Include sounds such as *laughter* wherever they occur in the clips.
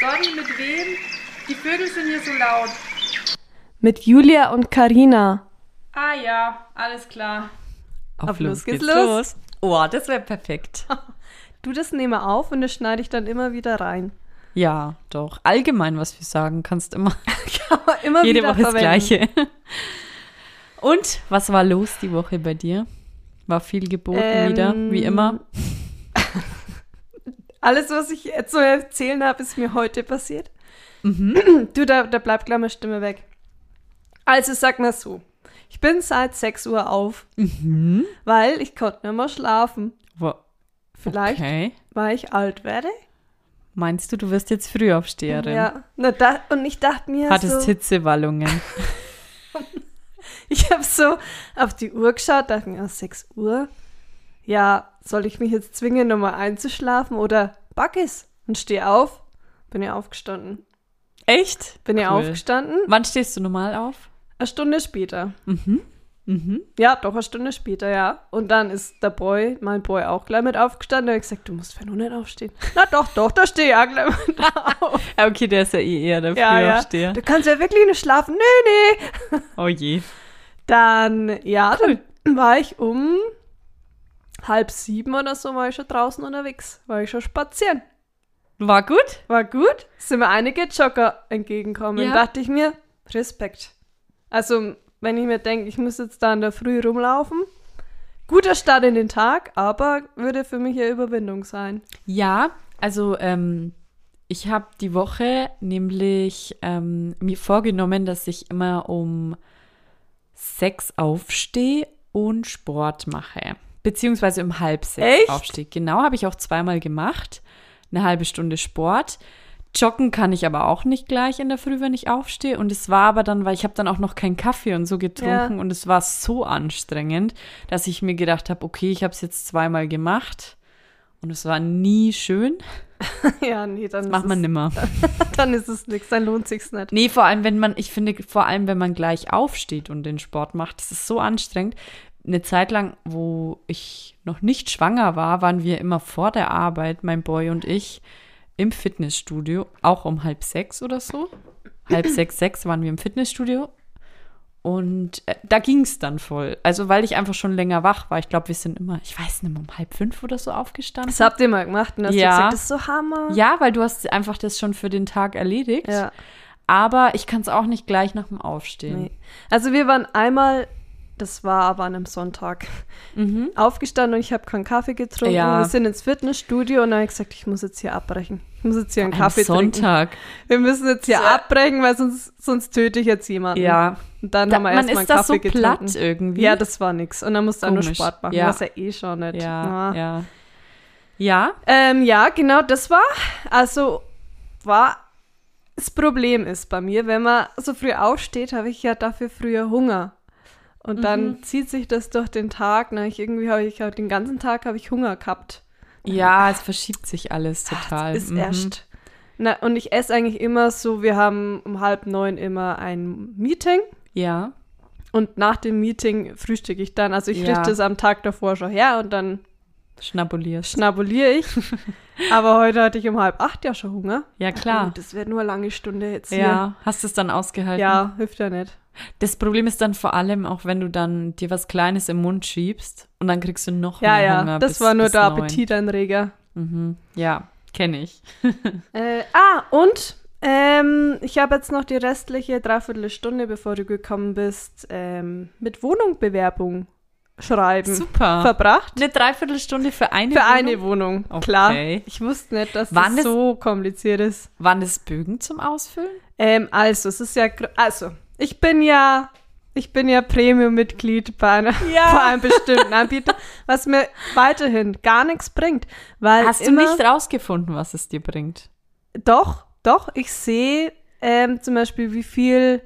Sorry, mit wem? Die Vögel sind hier so laut. Mit Julia und Karina. Ah ja, alles klar. Auf, Auf los geht's los. Oh, das wäre perfekt. Du, das nehme auf und das schneide ich dann immer wieder rein. Ja, doch. Allgemein, was wir sagen, *laughs* kannst immer. Aber *laughs* immer jede wieder Woche das verwenden. Gleiche. Und was war los die Woche bei dir? War viel geboten Ähm, wieder, wie immer. *laughs* Alles, was ich jetzt so erzählen habe, ist mir heute passiert. *clears throat* Du, da, da bleibt gleich meine Stimme weg. Also sag mal so. Ich bin seit 6 Uhr auf, Mhm. weil ich konnte nicht mehr schlafen. Wo- Vielleicht, Okay. weil ich alt werde. Meinst du, du wirst jetzt früh aufsteherin? Ja. Also- Na, da, und ich dachte mir Hattest so, Hitzewallungen. *laughs* ich habe so auf die Uhr geschaut, dachte mir, oh, 6 Uhr. Ja, soll ich mich jetzt zwingen, nochmal einzuschlafen oder pack es und steh auf? Bin ja aufgestanden. Echt? Bin ja Cool. aufgestanden. Wann stehst du normal auf? Eine Stunde später. Mhm. Mhm. Ja, doch eine Stunde später, ja. Und dann ist der Boy, mein Boy, auch gleich mit aufgestanden. Er hat gesagt, du musst für nur nicht aufstehen. Na doch, doch, da stehe ich auch gleich *laughs* mit auf. Ah, Okay, der ist ja eh eher der ja, ja. Frühaufsteher. Du kannst ja wirklich nicht schlafen. Nee, nee. Oh je. Dann, ja, dann war ich um halb sieben oder so, war ich schon draußen unterwegs. War ich schon spazieren. War gut? War gut. Sind mir einige Jogger entgegengekommen. Ja. Dachte ich mir, Respekt. Also, wenn ich mir denke, ich muss jetzt da in der Früh rumlaufen. Guter Start in den Tag, aber würde für mich ja Überwindung sein. *laughs* Ja, also ähm, ich habe die Woche nämlich ähm, mir vorgenommen, dass ich immer um sechs aufstehe und Sport mache. Beziehungsweise um halb sechs Echt? aufstehe. Genau, habe ich auch zweimal gemacht. Eine halbe Stunde Sport. Joggen kann ich aber auch nicht gleich in der Früh, wenn ich aufstehe. Und es war aber dann, weil ich habe dann auch noch keinen Kaffee und so getrunken. Ja. Und es war so anstrengend, dass ich mir gedacht habe, okay, ich habe es jetzt zweimal gemacht. Und es war nie schön. ja, nee, dann, Macht ist man nimmer. es, *laughs* dann ist es nichts, dann lohnt sich's nicht. Nee, vor allem, wenn man, ich finde, vor allem, wenn man gleich aufsteht und den Sport macht, das ist so anstrengend. Eine Zeit lang, wo ich noch nicht schwanger war, waren wir immer vor der Arbeit, mein Boy und ich, im Fitnessstudio, auch um halb sechs oder so. *clears throat* Halb sechs, sechs waren wir im Fitnessstudio. Und äh, da ging es dann voll. Also, weil ich einfach schon länger wach war. Ich glaube, wir sind immer, ich weiß nicht, mehr, um halb fünf oder so aufgestanden. Das habt ihr mal gemacht und hast Ja. ja. gesagt, das ist so Hammer. Ja, weil du hast einfach das schon für den Tag erledigt. ja. Aber ich kann es auch nicht gleich nach dem Aufstehen. Nee. Also wir waren einmal, das war aber an einem Sonntag, Mhm. aufgestanden und ich habe keinen Kaffee getrunken. Ja. Wir sind ins Fitnessstudio und dann habe ich gesagt, ich muss jetzt hier abbrechen. Ich muss jetzt hier einen Kaffee trinken. Sonntag. Wir müssen jetzt hier abbrechen, weil sonst, sonst töte ich jetzt jemanden. Ja. Und dann Da, haben wir man erstmal einen ist da Kaffee so getrunken. platt irgendwie. Ja, das war nix. Und dann musst du auch nur Komisch. Sport machen, Ja. was ja eh schon nicht. ja, Na. ja. Ja, Ähm, ja, genau, das war, also war, das Problem ist bei mir, wenn man so früh aufsteht, habe ich ja dafür früher Hunger. Und dann Mhm. zieht sich das durch den Tag. Ne? Ich irgendwie habe ich den ganzen Tag habe ich Hunger gehabt. ja, es verschiebt sich alles Ah, Das total. ist Mhm. erst. Na, und ich esse eigentlich immer so, wir haben um halb neun immer ein Meeting Ja, und nach dem Meeting frühstücke ich dann. Also ich Ja. richte es am Tag davor schon her und dann schnabulierst. schnabuliere *laughs* ich. Aber heute hatte ich um halb acht ja schon Hunger. Ja, klar. Oh, das wird nur eine lange Stunde jetzt hier. ja, hast du es dann ausgehalten? Ja, hilft ja nicht. Das Problem ist dann vor allem, auch wenn du dann dir was Kleines im Mund schiebst und dann kriegst du noch Ja, mehr ja, Hunger. das bis, war nur bis der neun. Appetitanreger. Mhm. Ja, kenne ich. Äh, ah, und ähm, ich habe jetzt noch die restliche Dreiviertelstunde, bevor du gekommen bist, ähm, mit Wohnungbewerbung schreiben Super. verbracht. Eine Dreiviertelstunde für eine Hm. Für Wohnung? eine Wohnung, klar. Okay. Ich wusste nicht, dass Waren das das- so kompliziert ist. Waren das Bögen zum Ausfüllen? Ähm, also, es ist ja, gr- also, ich bin ja, ich bin ja Premium-Mitglied bei, einer, *laughs* bei einem bestimmten Anbieter, was mir weiterhin gar nichts bringt, weil Hast du immer, nicht rausgefunden, was es dir bringt? doch, doch, ich sehe ähm, zum Beispiel, wie viel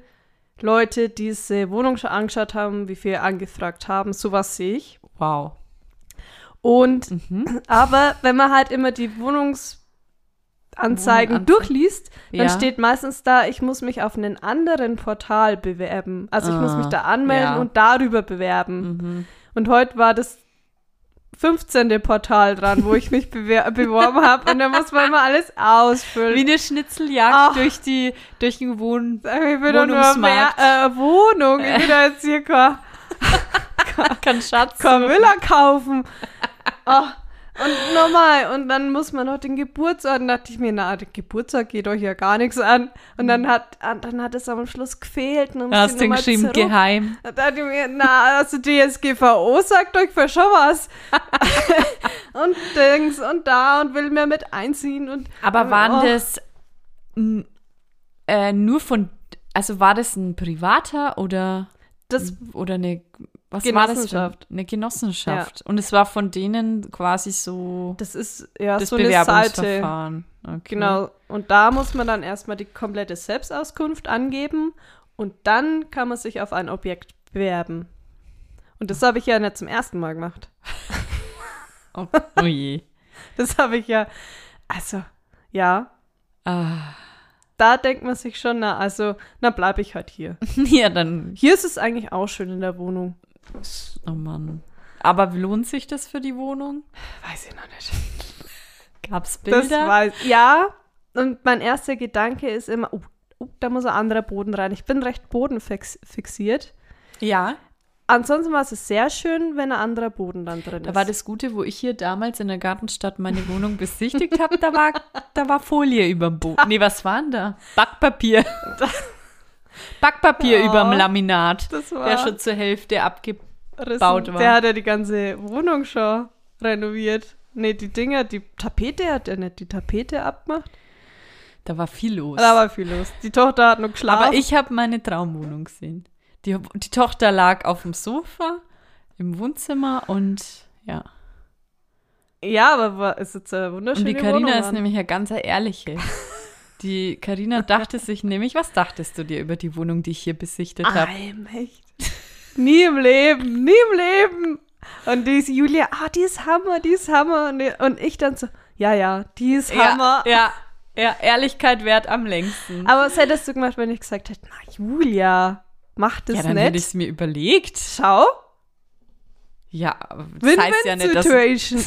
Leute diese Wohnung schon angeschaut haben, wie viel angefragt haben, sowas sehe ich. Wow. Und, Mhm. aber wenn man halt immer die Wohnungsanzeigen Wohnungsanzeigen. durchliest, dann Ja. steht meistens da, ich muss mich auf einen anderen Portal bewerben. Also ich muss Ah, Mhm. mich da anmelden ja. und darüber bewerben. Und heute war das 15. Portal dran, wo ich mich bewer- *laughs* beworben habe. Und da muss man immer alles ausfüllen. Wie eine Schnitzeljagd Ach. durch die durch den Wohn ich will doch nur mehr Wohnungsmarkt. äh, Wohnung. Ich will da jetzt hier kein kann Schatz. kein Villa kaufen. Ah, Und nochmal, und dann muss man noch den Geburtsort. Und dachte ich mir, na, der Geburtsort geht euch ja gar nichts an. Und dann hat, an- dann hat es am Schluss gefehlt. Und dann Mhm. Da musste ich hast du nochmal geschrieben, zurück. geheim. Da dachte ich mir, na, also DSGVO sagt euch für schon was. *laughs* und Dings und da und will mir mit einziehen. Und Aber Oh. waren das n- äh, nur von, also war das ein privater oder, das oder eine, was war das Genossenschaft. denn? Eine Genossenschaft. Und es war von denen quasi so Das ist ja das so eine Seite. Bewerbungsverfahren. Okay. Genau. Und da muss man dann erstmal die komplette Selbstauskunft angeben und dann kann man sich auf ein Objekt bewerben. Und das habe ich ja nicht zum ersten Mal gemacht. *laughs* Oh, oh je. Das habe ich ja. Also, ja, Ah. *laughs* da denkt man sich schon, na, also, na, bleibe ich halt hier. Ja, dann, Hier ist es eigentlich auch schön in der Wohnung. oh Mann. Aber lohnt sich das für die Wohnung? Weiß ich noch nicht. Gab's Bilder? Das weiß Ja, und mein erster Gedanke ist immer, oh, oh, da muss ein anderer Boden rein. Ich bin recht bodenfixiert. ja. Ansonsten war es sehr schön, wenn ein anderer Boden dann drin Da ist. war das Gute, wo ich hier damals in der Gartenstadt meine Wohnung besichtigt habe, *laughs* da war, da war Folie überm Boden. Nee, was war denn da? *laughs* Backpapier. Backpapier Oh, überm Laminat. das war Der schon zur Hälfte abgibt. Rissen. gebaut war. Der hat ja die ganze Wohnung schon renoviert. Nee, die Dinger, die Tapete hat er nicht die Tapete abgemacht. Da war viel los. Da war viel los. Die Tochter hat nur geschlafen. Aber ich habe meine Traumwohnung gesehen. Die, die Tochter lag auf dem Sofa im Wohnzimmer und ja. ja, aber war, ist jetzt eine Und wunderschöne die Karina Wohnung ist an. nämlich eine ganz ehrliche. Die Karina dachte sich nämlich, was dachtest du dir über die Wohnung, die ich hier besichtigt habe? Allmächt. Ah, Nie im Leben, nie im Leben. Und die ist Julia, ah, die ist Hammer, die ist Hammer. Und, die, und ich dann so, ja, ja, die ist Hammer. Ja, ja, ja, Ehrlichkeit wert am längsten. Aber was hättest du gemacht, wenn ich gesagt hätte, na, Julia, mach das ja, dann hätte ich nicht. es mir überlegt. Schau, Ja, das heißt ja nicht, dass... Win-Win-Situation.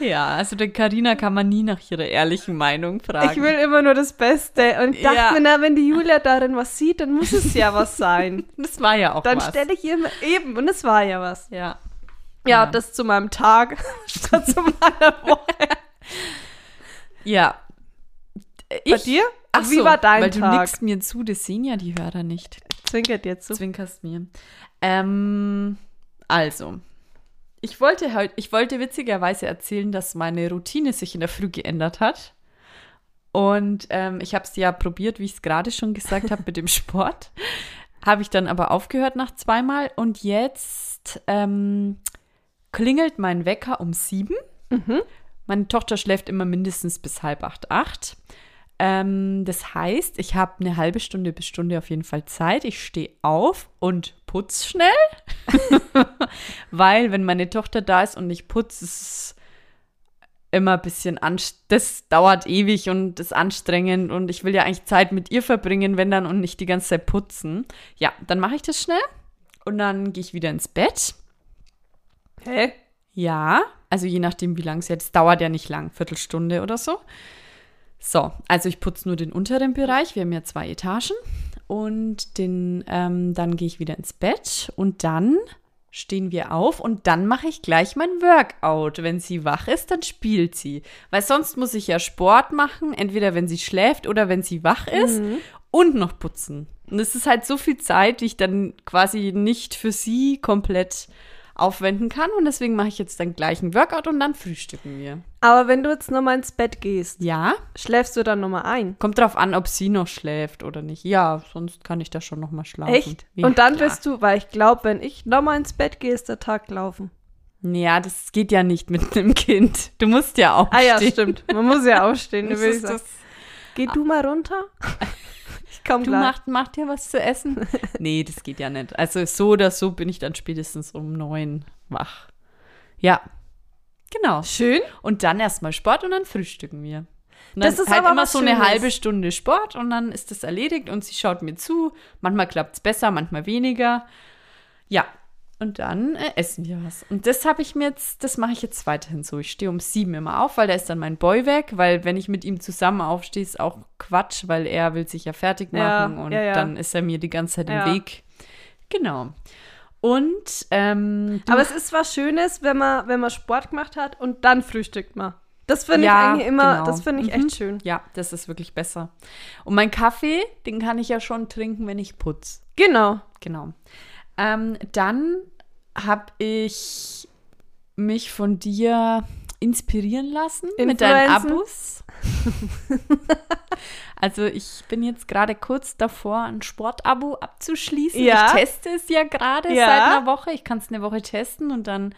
Ja, also der Karina kann man nie nach ihrer ehrlichen Meinung fragen. ich will immer nur das Beste. Und ich dachte Ja. mir, na, wenn die Julia darin was sieht, dann muss es *laughs* ja was sein. das war ja auch Dann was. stelle ich ihr immer- eben, und es war ja was. Ja, ja. Ja. das zu meinem Tag *laughs* statt zu meiner Woche. Ja. Bei dir? Ach Wie so, war dein weil du Tag? nickst mir zu, das sehen ja die Hörer nicht. Zwinkert jetzt so. Zwinkerst mir. Ähm, also, ich wollte halt, ich wollte witzigerweise erzählen, dass meine Routine sich in der Früh geändert hat. Und ähm, ich habe es ja probiert, wie ich es gerade schon gesagt habe, mit dem *laughs* Sport. Habe ich dann aber aufgehört nach zweimal. Und jetzt ähm, klingelt mein Wecker um sieben. Meine Tochter schläft immer mindestens bis halb acht, acht. Ähm, das heißt, ich habe eine halbe Stunde bis Stunde auf jeden Fall Zeit. Ich stehe auf und putz schnell, *laughs* weil wenn meine Tochter da ist und ich putze, ist es immer ein bisschen anst das dauert ewig und ist anstrengend und ich will ja eigentlich Zeit mit ihr verbringen, wenn dann und nicht die ganze Zeit putzen. Ja, dann mache ich das schnell und dann gehe ich wieder ins Bett. Hä? Ja, also je nachdem, wie lang es jetzt dauert, ja nicht lang, Viertelstunde oder so. So, also ich putze nur den unteren Bereich, wir haben ja zwei Etagen und den, ähm, dann gehe ich wieder ins Bett und dann stehen wir auf und dann mache ich gleich mein Workout. Wenn sie wach ist, dann spielt sie, weil sonst muss ich ja Sport machen, entweder wenn sie schläft oder wenn sie wach ist und noch putzen. Und es ist halt so viel Zeit, die ich dann quasi nicht für sie komplett aufwenden kann und deswegen mache ich jetzt dann gleich ein Workout und dann frühstücken wir. Aber wenn du jetzt nochmal ins Bett gehst, Ja, schläfst du dann nochmal ein? Kommt drauf an, ob sie noch schläft oder nicht. Ja, sonst kann ich da schon noch mal schlafen. Echt? Ja, und dann klar. bist du, weil ich glaube, wenn ich nochmal ins Bett gehe, ist der Tag gelaufen. Ja, das geht ja nicht mit einem Kind. Du musst ja auch. Ah ja, stimmt. Man muss *laughs* ja aufstehen. Das will ich ist sagen. das. Geh du mal *laughs* runter. ich komm Du gleich. machst mach dir was zu essen? *laughs* nee, das geht ja nicht. Also so oder so bin ich dann spätestens um neun wach. Ja, genau. Schön. Und dann erstmal Sport und dann frühstücken wir. Und Das dann ist halt aber immer was so eine Schönes. halbe Stunde Sport und dann ist das erledigt und sie schaut mir zu. Manchmal klappt es besser, manchmal weniger. Ja. Und Und dann äh, essen wir was. Und das habe ich mir jetzt, das mache ich jetzt weiterhin so. Ich stehe um sieben immer auf, weil da ist dann mein Boy weg, weil wenn ich mit ihm zusammen aufstehe, ist auch Quatsch, weil er will sich ja fertig Ja, machen und ja, ja. dann ist er mir die ganze Zeit Ja. im Weg. Genau. Und ähm, du Aber es ist was Schönes, wenn man, wenn man Sport gemacht hat und dann frühstückt man. Das finde ich Ja, eigentlich immer, genau. das finde ich Mhm. echt schön. Ja, das ist wirklich besser. Und mein Kaffee, den kann ich ja schon trinken, wenn ich putz. Genau. Genau. Ähm, dann habe ich mich von dir inspirieren lassen mit deinen Influenzen. Abos. *laughs* also ich bin jetzt gerade kurz davor, ein Sportabo abzuschließen. Ja. Ich teste es ja gerade Ja. seit einer Woche. Ich kann es eine Woche testen und dann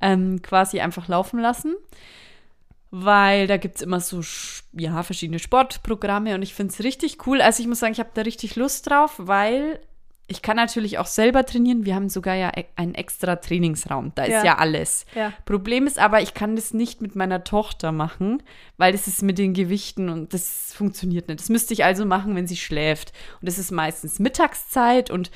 ähm, quasi einfach laufen lassen weil da gibt es immer so, sch- ja, verschiedene Sportprogramme und ich finde es richtig cool. Also ich muss sagen, ich habe da richtig Lust drauf, weil ich kann natürlich auch selber trainieren. Wir haben sogar ja e- einen extra Trainingsraum. Da ist Ja. ja, alles. Ja. Problem ist aber, ich kann das nicht mit meiner Tochter machen, weil das ist mit den Gewichten und das funktioniert nicht. Das müsste ich also machen, wenn sie schläft. Und das ist meistens Mittagszeit und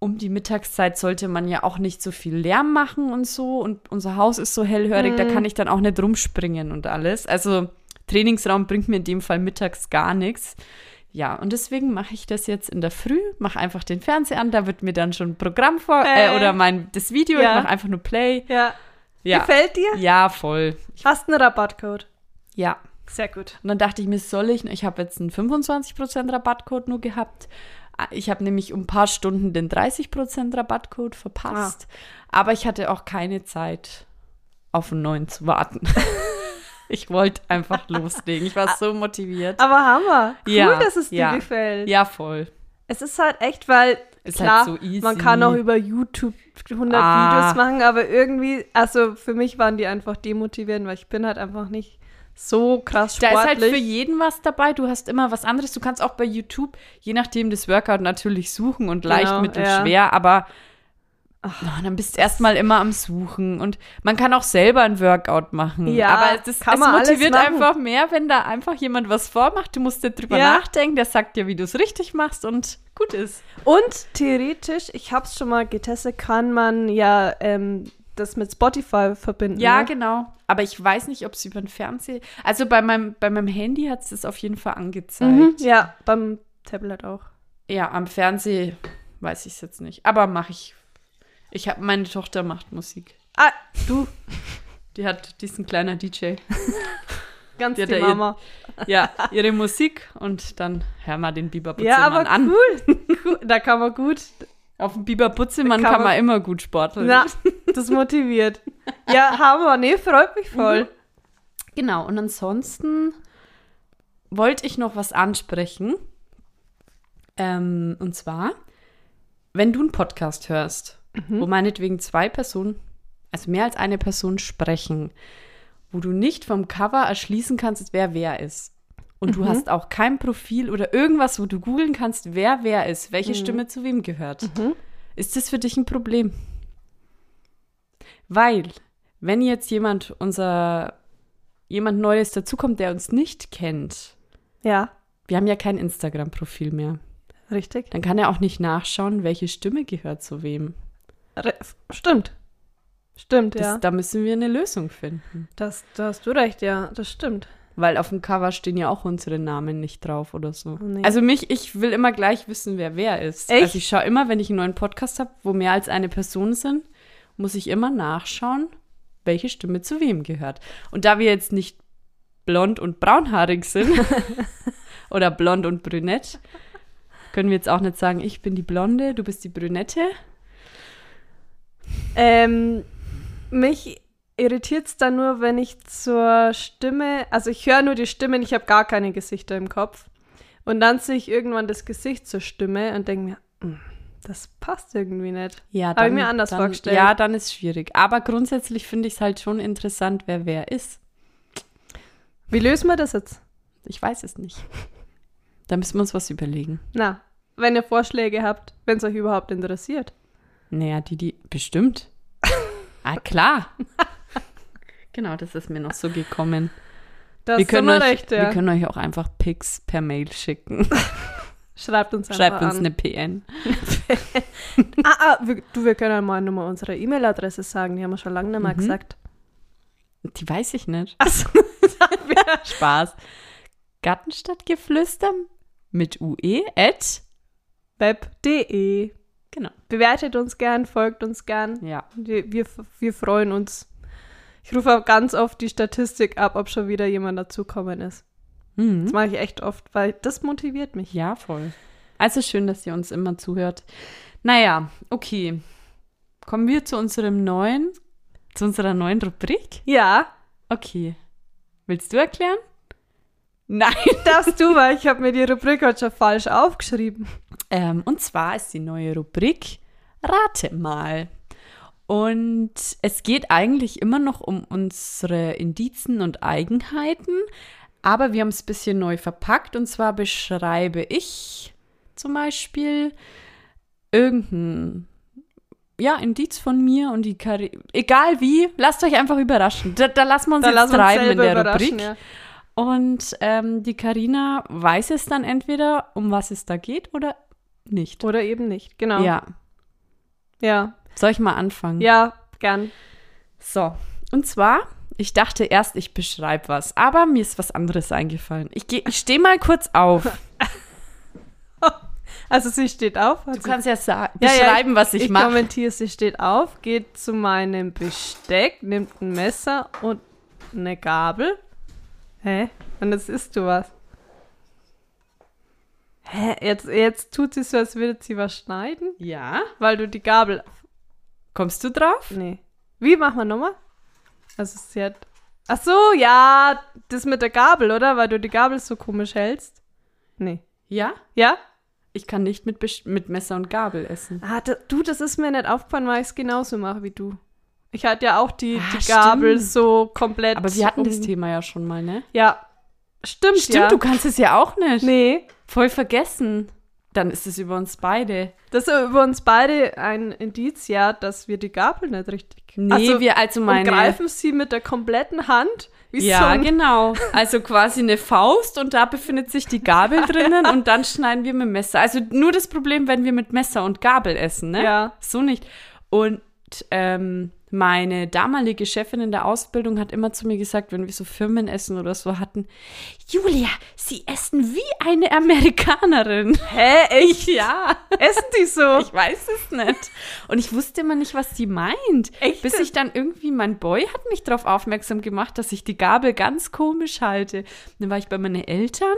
um die Mittagszeit sollte man ja auch nicht so viel Lärm machen und so. Und unser Haus ist so hellhörig, da kann ich dann auch nicht rumspringen und alles. Also Trainingsraum bringt mir in dem Fall mittags gar nichts. Ja, und deswegen mache ich das jetzt in der Früh, mache einfach den Fernseher an, da wird mir dann schon ein Programm vor äh, Äh. oder mein das Video, Ja. ich mache einfach nur Play. Ja. Ja. Gefällt dir? Ja, voll. Hast einen Rabattcode. Ja. Sehr gut. Und dann dachte ich mir, soll ich, ich habe jetzt einen 25% Rabattcode nur gehabt. Ich habe nämlich um ein paar Stunden den 30% Rabattcode verpasst. Aber ich hatte auch keine Zeit, auf einen neuen zu warten. ich wollte einfach loslegen. Ich war so motiviert. Aber Hammer. Cool, Ja, dass es dir ja. gefällt. Ja, voll. Es ist halt echt, weil Ist klar, halt so easy. man kann auch über YouTube 100 Ah. Videos machen, aber irgendwie, also für mich waren die einfach demotivierend, weil ich bin halt einfach nicht so krass Da sportlich. ist halt für jeden was dabei. Du hast immer was anderes. Du kannst auch bei YouTube, je nachdem, das Workout natürlich suchen und leicht, Genau, mittel, ja. schwer, aber na, dann bist du erstmal immer am Suchen. Und man kann auch selber ein Workout machen. Ja, aber das, kann es man alles motiviert machen. einfach mehr, wenn da einfach jemand was vormacht. Du musst dir drüber Ja. nachdenken. Der sagt dir, wie du es richtig machst und gut ist. Und theoretisch, ich habe es schon mal getestet, kann man ja ähm, das mit Spotify verbinden. Ja, ne? genau. Aber ich weiß nicht, ob es über den Fernseher. Also bei meinem, bei meinem Handy hat es das auf jeden Fall angezeigt. Mhm, ja, beim Tablet auch. Ja, am Fernsehen weiß ich es jetzt nicht. Aber mache ich. Ich habe meine Tochter macht Musik. Ah, du, Die hat diesen kleiner DJ. ganz Die die, hat ja Mama. Ja, ihre Musik und dann hör mal den Biber Ja, Butzemann aber an. cool. *laughs* cool. Da kann man gut. Auf den Biber Butzemann Kann kann, man- man immer gut sporteln. Na, *laughs* das motiviert. Ja, Hammer. Nee, freut mich voll. Mhm. Genau, und ansonsten wollte ich noch was ansprechen. Ähm, und zwar, wenn du einen Podcast hörst, wo meinetwegen zwei Personen, also mehr als eine Person sprechen, wo du nicht vom Cover erschließen kannst, wer wer ist. Und du hast auch kein Profil oder irgendwas, wo du googeln kannst, wer wer ist, welche Stimme zu wem gehört. Ist das für dich ein Problem? Weil, wenn jetzt jemand unser jemand Neues dazukommt, der uns nicht kennt, Ja, wir haben ja kein Instagram-Profil mehr, richtig. dann kann er auch nicht nachschauen, welche Stimme gehört zu wem. Re stimmt. Stimmt, Das, ja. Da müssen wir eine Lösung finden. Das, da hast du recht, ja. Das stimmt. Weil auf dem Cover stehen ja auch unsere Namen nicht drauf oder so. Nee. Also mich, ich will immer gleich wissen, wer wer ist. Echt? Also ich schaue immer, wenn ich einen neuen Podcast habe, wo mehr als eine Person sind, muss ich immer nachschauen, welche Stimme zu wem gehört. Und da wir jetzt nicht blond und braunhaarig *laughs* sind oder blond und brünett, können wir jetzt auch nicht sagen, ich bin die Blonde, du bist die Brünette. Ähm, mich irritiert es dann nur, wenn ich zur Stimme, also ich höre nur die Stimmen, ich habe gar keine Gesichter im Kopf. Und dann sehe ich irgendwann das Gesicht zur Stimme und denke mir, "Hm, das passt irgendwie nicht. Ja, Habe ich mir anders dann, vorgestellt. Ja, dann ist schwierig. Aber grundsätzlich finde ich es halt schon interessant, wer wer ist. Wie lösen wir das jetzt? Ich weiß es nicht. Da müssen wir uns was überlegen. Na, wenn ihr Vorschläge habt, wenn es euch überhaupt interessiert. Naja, die, die, *laughs* bestimmt. ah, klar. genau, das ist mir noch so gekommen. Das wir, können wir euch, recht, ja. *laughs* wir können euch auch einfach Pics per Mail schicken. Schreibt uns einfach Schreibt uns an. eine PN. Ah, ah, wir, du, wir können mal nochmal unsere E-Mail-Adresse sagen. Die haben wir schon lange Mhm. nicht mehr gesagt. *laughs* Die weiß ich nicht. Also, Spaß. Gartenstadtgeflüster mit UE at, web.de. genau. Bewertet uns gern, folgt uns gern. Ja. Wir, wir, wir freuen uns. Ich rufe auch ganz oft die Statistik ab, ob schon wieder jemand dazukommen ist. Das Mhm. mache ich echt oft, weil das motiviert mich. Ja, voll. Also schön, dass ihr uns immer zuhört. Naja, okay. Kommen wir zu unserem neuen, zu unserer neuen Rubrik? Ja, Okay. Willst du erklären? Nein. darfst du, weil ich habe mir die Rubrik heute schon falsch aufgeschrieben. Ähm, und zwar ist die neue Rubrik Rate mal. Und es geht eigentlich immer noch um unsere Indizen und Eigenheiten, aber wir haben es ein bisschen neu verpackt. Und zwar beschreibe ich zum Beispiel irgendein ja, Indiz von mir und die Karri Egal wie, lasst euch einfach überraschen. Da, da lassen wir uns Da jetzt lassen wir uns treiben in selber der überraschen, Rubrik. ja. Und ähm, die Karina weiß es dann entweder, um was es da geht oder nicht. Oder eben nicht, genau. Ja. Mhm. Ja, Soll ich mal anfangen? ja gern. So. Und zwar, ich dachte erst, ich beschreibe was, aber mir ist was anderes eingefallen. Ich, geh- ich stehe mal kurz auf. Also sie steht auf. hat *laughs* Du sie- kannst ja sa- Ja, ja, beschreiben, was ich, ich mache. kommentiere, sie steht auf, geht zu meinem Besteck, nimmt ein Messer und eine Gabel. Hä? Und jetzt isst du was. Hä? Jetzt, jetzt tut sie so, als würde sie was schneiden, Ja. weil du die Gabel. Kommst du drauf? Nee. Wie machen wir nochmal? Also sie hat. Ach so, ja, das mit der Gabel, oder? Weil du die Gabel so komisch hältst. Nee. Ja. Ja? Ich kann nicht mit, Besch- mit Messer und Gabel essen. Ah, da, du, das ist mir nicht aufgefallen, weil ich es genauso mache wie du. Ich hatte ja auch die, Ah, die Gabel stimmt. so komplett. Aber wir hatten um- das Thema ja schon mal, ne? Ja. Stimmt, Stimmt, ja. du kannst es ja auch nicht. Nee. Voll vergessen. Dann ist es über uns beide. Das ist über uns beide ein Indiz, ja, dass wir die Gabel nicht richtig. Nee, also, wir also meine. Und greifen sie mit der kompletten Hand. Wie so ja, ein, *laughs* genau. Also quasi eine Faust und da befindet sich die Gabel drinnen und dann schneiden wir mit dem Messer. Also nur das Problem, wenn wir mit Messer und Gabel essen, ne? Ja. So nicht. Und ähm, meine damalige Chefin in der Ausbildung hat immer zu mir gesagt, wenn wir so Firmenessen oder so hatten, Julia, Sie essen wie eine Amerikanerin. Hä, echt? *laughs* Ja. Essen die so? Ich weiß es nicht. Und ich wusste immer nicht, was die meint. Echt? Bis ich dann irgendwie, mein Boy hat mich darauf aufmerksam gemacht, dass ich die Gabel ganz komisch halte. Dann war ich bei meinen Eltern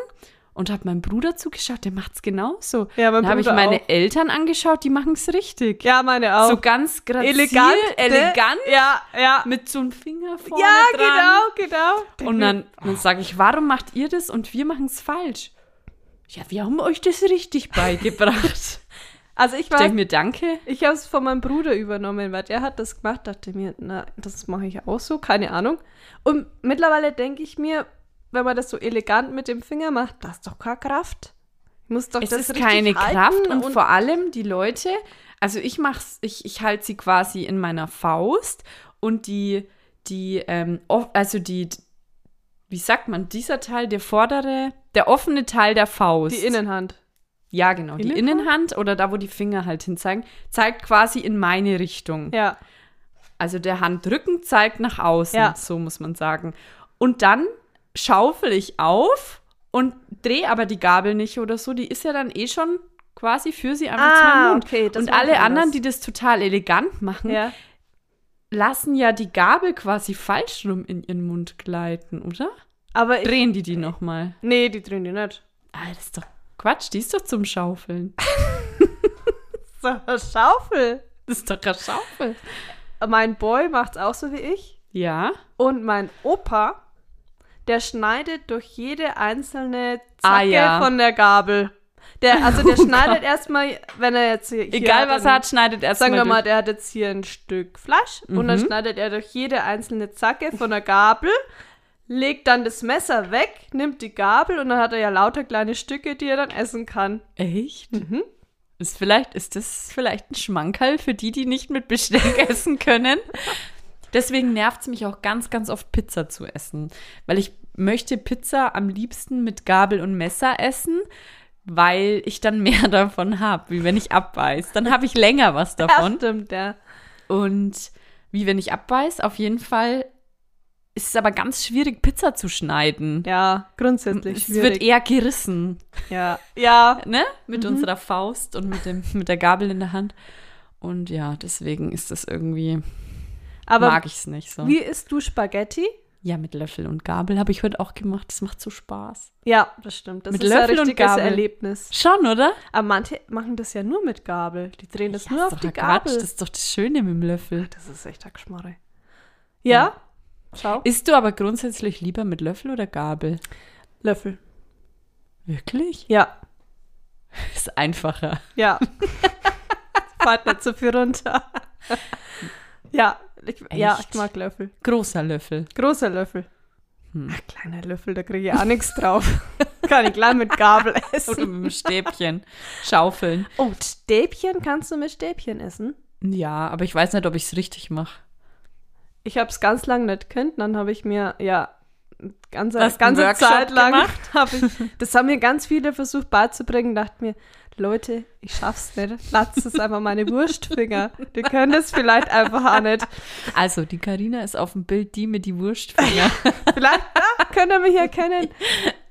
und habe meinem Bruder zugeschaut, der macht's genauso. Ja, mein dann habe ich Bruder meine auch. Eltern angeschaut, die machen's richtig. ja, meine auch. So ganz grazil, elegant. ne? elegant, Ja, ja. mit so einem Finger vorne Ja, dran. genau, genau. Und dann, dann sage ich, warum macht ihr das und wir machen's falsch? Ja, wir haben euch das *laughs* richtig beigebracht. Also ich ich war denke mir, danke. Ich habe es von meinem Bruder übernommen, weil der hat das gemacht, dachte mir, na, das mache ich auch so, keine Ahnung. Und mittlerweile denke ich mir, wenn man das so elegant mit dem Finger macht, das ist doch keine Kraft. Ich muss doch Es das ist richtig keine halten Kraft und, vor allem die Leute, also ich mach's, ich, ich halte sie quasi in meiner Faust und die, die, ähm, off- also die, wie sagt man, dieser Teil, der vordere, der offene Teil der Faust. die Innenhand. Ja, genau, die Innenhand? Innenhand oder da, wo die Finger halt hin zeigen, zeigt quasi in meine Richtung. Ja, Also der Handrücken zeigt nach außen, Ja. so muss man sagen. Und dann schaufel ich auf und drehe aber die Gabel nicht oder so. Die ist ja dann eh schon quasi für sie einfach Ah, zu meinem Mund. okay, das und war alle anders. anderen, die das total elegant machen, ja. lassen ja die Gabel quasi falsch rum in ihren Mund gleiten, oder? Aber ich, Drehen die die nochmal? nee, die drehen die nicht. Ah, das ist doch Quatsch, die ist doch *laughs* zum Schaufeln. So, eine Schaufel. Das ist doch eine Schaufel. Mein Boy macht's auch so wie ich. Ja. Und mein Opa, der schneidet durch jede einzelne Zacke Ah, ja. Oh von der Gabel. *laughs* Der, also der schneidet erstmal, wenn er jetzt hier, hier Egal was er hat, schneidet erst Sagen wir mal, mal. der hat jetzt hier ein Stück Fleisch und Mhm. dann schneidet er durch jede einzelne Zacke von der Gabel, legt dann das Messer weg, nimmt die Gabel und dann hat er ja lauter kleine Stücke, die er dann essen kann. durch. Echt? Mhm. Ist vielleicht, ist das vielleicht ein Schmankerl für die, die nicht mit Besteck *laughs* essen können? Deswegen nervt es mich auch ganz, ganz oft, Pizza zu essen. Weil ich möchte Pizza am liebsten mit Gabel und Messer essen. weil ich dann mehr *laughs* davon habe, wie wenn ich abbeiß. Dann habe ich länger was *laughs* Ja, davon. stimmt, ja. Und wie wenn ich abbeiß, auf jeden Fall ist es aber ganz schwierig, Pizza zu schneiden. Ja, grundsätzlich es wird eh schwierig. eher gerissen, ja. ja, ne? Mit unserer Faust und mit, dem, *laughs* mit der Gabel in der Hand. Und ja, deswegen ist das irgendwie, aber mag ich es nicht so. wie isst du Spaghetti? Ja, mit Löffel und Gabel habe ich heute auch gemacht. Das macht so Spaß. Ja, das stimmt. Das Mit ist ein Löffel und richtiges Gabel. Erlebnis. Schon, oder? Aber manche machen das ja nur mit Gabel. Die drehen das Ja, nur ist auf doch die ein Quatsch. Gabel. Das ist doch das Schöne mit dem Löffel. Das ist echt ein Geschmarre. Ja? Schau. Isst du aber grundsätzlich lieber mit Löffel oder Gabel? Löffel. Wirklich? Ja, Ist einfacher. ja. *laughs* Fahrt nicht so viel runter. ja, ich, ja, Echt? ich mag Löffel. Großer Löffel. Großer Löffel. Hm. Ach, kleiner Löffel, da kriege ich auch nichts drauf. *laughs* Kann ich gleich mit *laughs* Gabel Oder essen. mit dem Stäbchen. Schaufeln. Oh, Stäbchen kannst du mit Stäbchen essen? Ja, aber ich weiß nicht, ob ich es richtig mache. Ich habe es ganz lang nicht gekannt, dann habe ich mir, ja, ganze, Hast einen ganze Workshop Zeit lang *laughs* gemacht? habe ich, das haben mir ganz viele versucht beizubringen, dachte mir, Leute, ich schaff's nicht, lasst es einfach meine Wurstfinger, die können das vielleicht einfach auch nicht. Also, die Karina ist auf dem Bild die mit die Wurstfinger. Vielleicht ja, könnt ihr mich erkennen.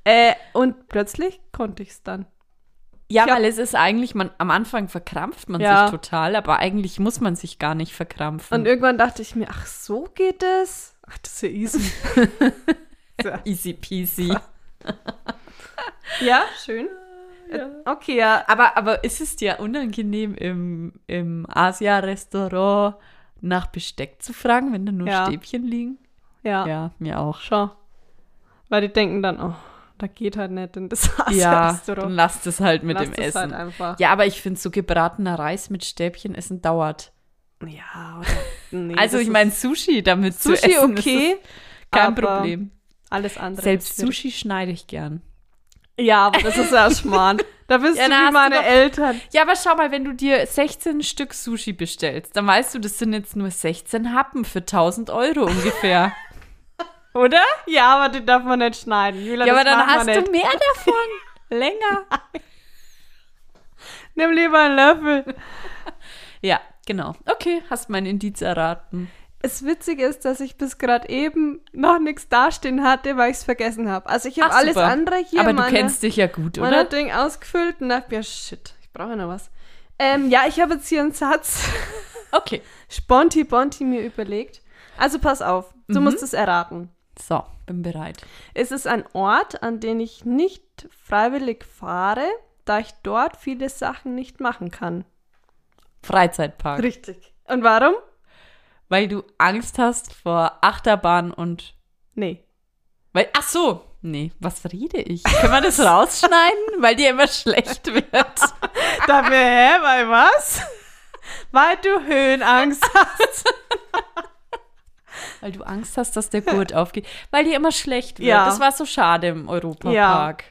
Äh, und plötzlich konnte ich's dann. ja, Ich hab- weil es ist eigentlich, man, am Anfang verkrampft man Ja. sich total, aber eigentlich muss man sich gar nicht verkrampfen. Und irgendwann dachte ich mir, ach, so geht es? Ach, das ist ja easy. Easy *laughs* peasy. ja, schön. Äh, Okay, ja. Aber, aber ist es dir unangenehm, im, im Asia-Restaurant nach Besteck zu fragen, wenn da nur Ja. Stäbchen liegen? Ja. Ja, mir auch. Schau. Weil die denken dann, oh, da geht halt nicht in das *laughs* Ja, dann Restaurant. lasst es halt mit dem Lass das Halt Essen. einfach. ja, aber ich finde, so gebratener Reis mit Stäbchen essen dauert. Ja, oder, nee, also das ich ist meine, Sushi damit zu Sushi essen, okay, ist kein aber Problem. alles andere. Selbst ist schwierig. Sushi schneide ich gern. Ja, aber das ist ja Schmarrn. Da bist Ja, du da wie hast du meine doch- Eltern. Ja, aber schau mal, wenn du dir 16 Stück Sushi bestellst, dann weißt du, das sind jetzt nur 16 Happen für 1000 Euro *laughs* ungefähr. Oder? Ja, aber die darf man nicht schneiden. Julia, Ja, das aber dann macht hast man nicht. du mehr *laughs* davon. Länger. Nimm lieber einen Löffel. Ja, genau. Okay, hast mein Indiz erraten. Das Witzige ist, dass ich bis gerade eben noch nichts dastehen hatte, weil ich es vergessen habe. Also ich habe Ach, alles super. andere hier. Aber du meine- kennst dich ja gut, Man oder? hat Ding ausgefüllt und dachte mir, shit, ich brauche noch was. Ähm, ja, ich habe jetzt hier einen Satz *laughs* Okay. Sponti Bonti mir überlegt. Also pass auf, du musst es erraten. So, bin bereit. Es ist ein Ort, an den ich nicht freiwillig fahre, da ich dort viele Sachen nicht machen kann. Freizeitpark. Richtig. Und warum? Weil du Angst hast vor Achterbahn und. Nee. Weil, ach so. Nee, was rede ich? Können *laughs* wir das rausschneiden? Weil dir immer schlecht wird. *laughs* Da mir, hä, weil was? *laughs* Weil du Höhenangst *laughs* hast. Weil du Angst hast, dass *laughs* der Gurt aufgeht. Weil dir immer schlecht wird. Ja. Das war so schade im Europapark.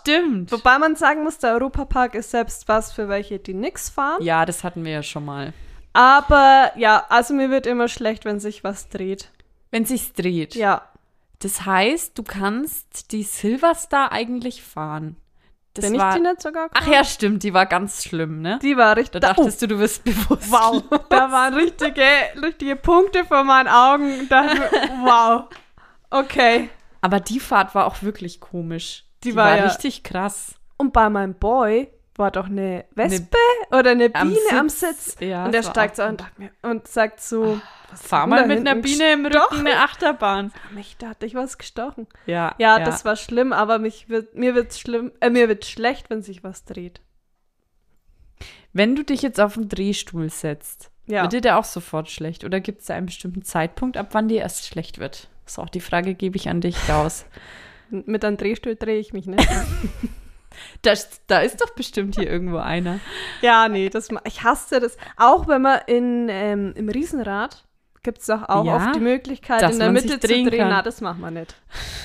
Stimmt. Wobei man sagen muss, der Europapark ist selbst was für welche, die nix fahren. Ja, das hatten wir ja schon mal. Aber ja, also mir wird immer schlecht, wenn sich was dreht. Wenn sich's dreht. Ja, Das heißt, du kannst die Silver Star eigentlich fahren. Das bin ich war. die nicht sogar Ach ja, stimmt, die war ganz schlimm, ne? Ah, Die war Da richtig. dachtest du, du wirst bewusst. oh, wow, *laughs* da waren richtige, richtige Punkte vor meinen Augen. Und dachte mir, *laughs* wow, okay. *laughs* Aber die Fahrt war auch wirklich komisch. Die war ja- richtig krass. Und bei meinem Boy war doch eine Wespe oder eine Biene am am Sitz. Sitz. Ja, und der das war steigt so auch- an und, dachte mir- und sagt so, Fahr denn mal da mit einer hinten? Biene im Rücken eine Achterbahn. "Ah, mich da hat dich was gestochen. Ja, Ja, das war schlimm, aber mich wird, mir wird's schlimm, äh, mir wird schlecht, wenn sich was dreht. Wenn du dich jetzt auf den Drehstuhl setzt, Ja. wird dir der auch sofort schlecht? Oder gibt es da einen bestimmten Zeitpunkt, ab wann dir erst schlecht wird? So, die Frage gebe ich an dich raus. N- Mit einem Drehstuhl drehe ich mich nicht. *laughs* Das, da ist doch bestimmt hier irgendwo einer. ja, nee, das, ma- ich hasse das. Auch wenn man in, ähm, im Riesenrad gibt es doch auch Ja, oft die Möglichkeit, dass in der man sich Mitte zu drehen drehen. kann. Na, das machen wir nicht.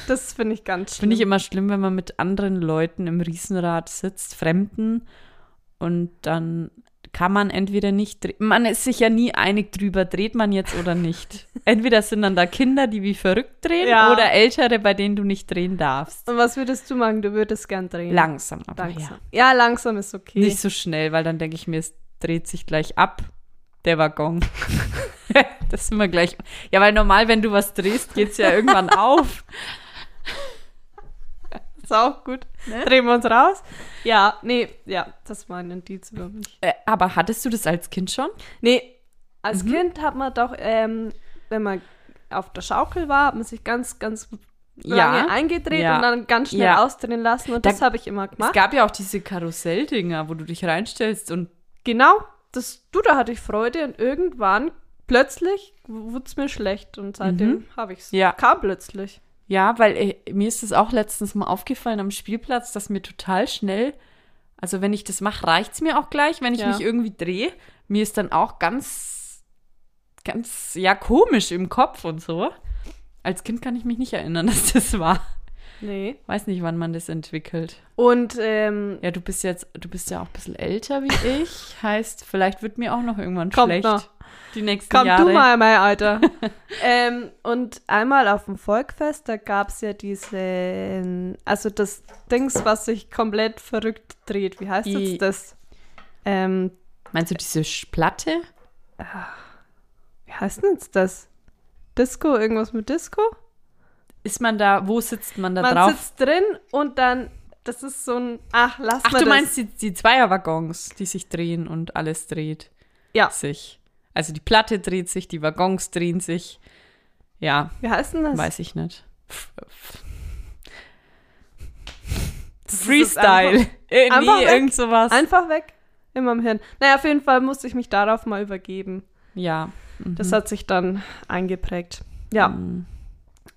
Das finde ich ganz schlimm. Finde ich immer schlimm, wenn man mit anderen Leuten im Riesenrad sitzt, Fremden, und dann kann man entweder nicht drehen. Man ist sich ja nie einig drüber, dreht man jetzt oder *laughs* nicht. Entweder sind dann da Kinder, die wie verrückt drehen, Ja. oder Ältere, bei denen du nicht drehen darfst. Und was würdest du machen? Du würdest gern drehen. Langsam, aber ja. Langsam. Ja, langsam ist okay. Nicht so schnell, weil dann denke ich mir, es dreht sich gleich ab, der Waggon. *laughs* das sind wir gleich. Ja, weil normal, wenn du was drehst, geht es ja irgendwann auf. Ist auch gut. Ne? Drehen wir uns raus. Ja, nee, ja, das war ein Indiz über mich. Äh, aber hattest du das als Kind schon? Nee, als Mhm. Kind hat man doch, ähm, wenn man auf der Schaukel war, hat man sich ganz, ganz lange eingedreht Ja. und dann ganz schnell Ja. ausdrehen lassen und Da- das habe ich immer Es gemacht. gab ja auch diese Karusselldinger, wo du dich reinstellst und Genau, das, du, da hatte ich Freude und irgendwann plötzlich wurde es mir schlecht und seitdem habe ich es. Mhm. Ja. Kam plötzlich. Ja, weil äh, mir ist es auch letztens mal aufgefallen am Spielplatz, dass mir total schnell, also wenn ich das mache, reicht es mir auch gleich, wenn ich Ja. mich irgendwie drehe. Mir ist dann auch ganz, ganz, ja, komisch im Kopf und so. Als Kind kann ich mich nicht erinnern, *laughs* dass das war. Nee. Weiß nicht, wann man das entwickelt. Und ähm, Ja, du bist jetzt, du bist ja auch ein bisschen *laughs* älter wie ich. Heißt, vielleicht wird mir auch noch irgendwann Kommt schlecht. noch. Die nächsten Komm Jahre. du mal, mein *laughs* Alter. ähm, und einmal auf dem Volkfest, da gab es ja diesen, also das Dings, was sich komplett verrückt dreht. Wie heißt I- jetzt das? Ähm, Meinst du diese Sch- Platte? wie heißt denn jetzt das? Disco, irgendwas mit Disco? Ist man da, wo sitzt man da Man drauf? sitzt drin und dann, das ist so ein, ach, lass Ach, mal du das. meinst die, die Zweierwaggons, die sich drehen und alles dreht Ja, sich. Also die Platte dreht sich, die Waggons drehen sich. Ja, wie heißt denn das? weiß ich nicht. ist Freestyle. *laughs* Äh, einfach nee, weg. irgend sowas. Einfach weg. Immer im Hirn. Naja, auf jeden Fall musste ich mich darauf mal übergeben. ja. Das hat sich dann eingeprägt. Ja. Mhm.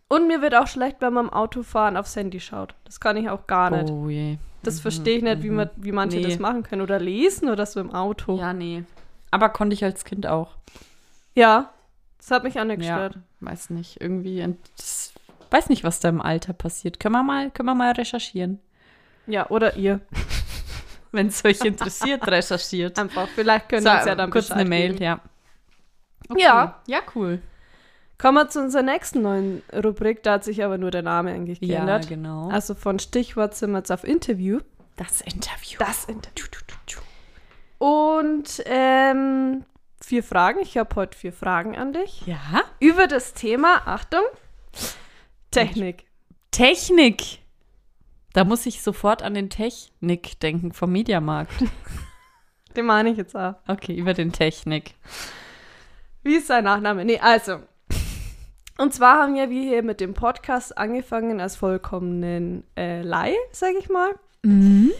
Und mir wird auch schlecht, wenn man im Autofahren aufs Handy schaut. Das kann ich auch gar nicht. Oh je. Das verstehe ich nicht, wie, man, wie manche Nee. das machen können. Oder lesen oder so im Auto. Ja. Ja, nee. Aber konnte ich als Kind auch. Das hat mich auch nicht Ja, gestört. weiß nicht. Irgendwie. ent- Das, weiß nicht, was da im Alter passiert. Können wir mal, können wir mal recherchieren. Ja, oder ihr. Wenn *laughs* es euch interessiert, recherchiert. Einfach. Vielleicht können So, wir uns ja dann kurz Bescheid eine Mail, Geben. ja. Ja. ja, cool. Kommen wir zu unserer nächsten neuen Rubrik. Da hat sich aber nur der Name eigentlich geändert. genau. Also von Stichwort sind wir jetzt auf Interview. das Interview. Das Interview. Und ähm, vier Fragen. Ich habe heute vier Fragen an dich. Ja. Über das Thema, Achtung, Technik. Technik. Da muss ich sofort an den Technik denken vom Mediamarkt. Den meine ich jetzt auch. Okay, über den Technik. Wie ist sein Nachname? Nee, also. Und zwar haben ja wir hier mit dem Podcast angefangen als vollkommenen äh, Laie, sage ich mal. Mhm.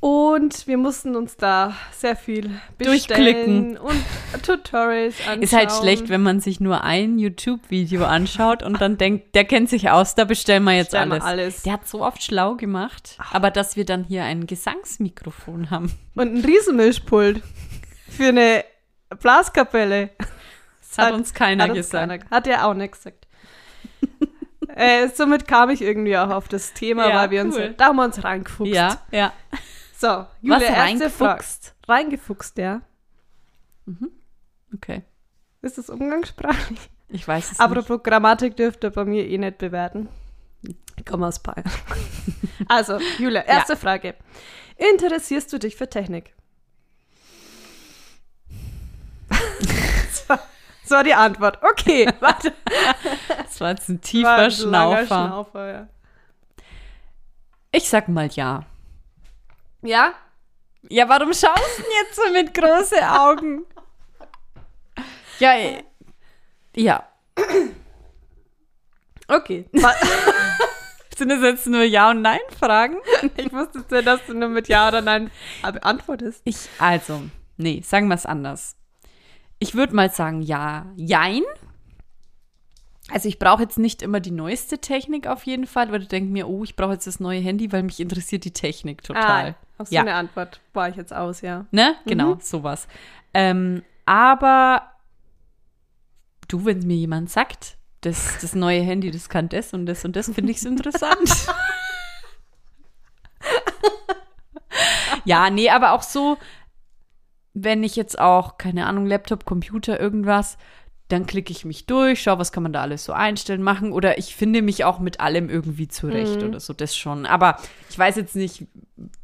Und wir mussten uns da sehr viel bestellen Durchklicken. und Tutorials anschauen. Ist halt schlecht, wenn man sich nur ein YouTube-Video anschaut und dann denkt, der kennt sich aus, da bestellen wir jetzt Bestellen wir alles. alles. Der hat so oft schlau gemacht, aber dass wir dann hier ein Gesangsmikrofon haben. Und ein Riesenmischpult für eine Blaskapelle. Das hat, uns keiner hat uns gesagt. keiner- hat er auch nicht gesagt. *laughs* äh, somit kam ich irgendwie auch auf das Thema, Ja, weil wir cool. uns, da haben wir uns reingefuchst. Ja, ja. So, Julia, Was erste Frage. reingefuchst? Reingefuchst, ja. Okay. Ist das umgangssprachlich? Ich weiß es nicht. Apropos Grammatik dürft ihr bei mir eh nicht bewerten. Ich komme aus Bayern. *laughs* also, Julia, erste Frage. Interessierst du dich für *laughs* Technik? so, das war die Antwort. *laughs* Okay, warte. Das war jetzt ein War ein tiefer langer Schnaufer. Schnaufer ja. Ich sag mal ja. ja, Ja, warum schaust du denn jetzt so mit großen Augen? Ja, äh, ja. *laughs* okay. Wa- Sind das jetzt nur Ja- und Nein-Fragen? Ich wusste jetzt nicht, dass du nur mit Ja oder Nein beantwortest. Ich, also, nee, sagen wir es anders. Ich würde mal sagen, ja, jein. Also ich brauche jetzt nicht immer die neueste Technik auf jeden Fall, weil du denkst mir, oh, ich brauche jetzt das neue Handy, weil mich interessiert die Technik total. Ah, auf so ja. eine Antwort war ich jetzt aus, ja. Ne? Genau, sowas. Ähm, aber du, wenn mir jemand sagt, das, das neue Handy, das kann das und das und das, finde ich es interessant. *laughs* ja, nee, aber auch so, wenn ich jetzt auch, keine Ahnung, Laptop, Computer, irgendwas, dann klicke ich mich durch, schau, was kann man da alles so einstellen, machen oder ich finde mich auch mit allem irgendwie zurecht oder so, das schon. Aber ich weiß jetzt nicht,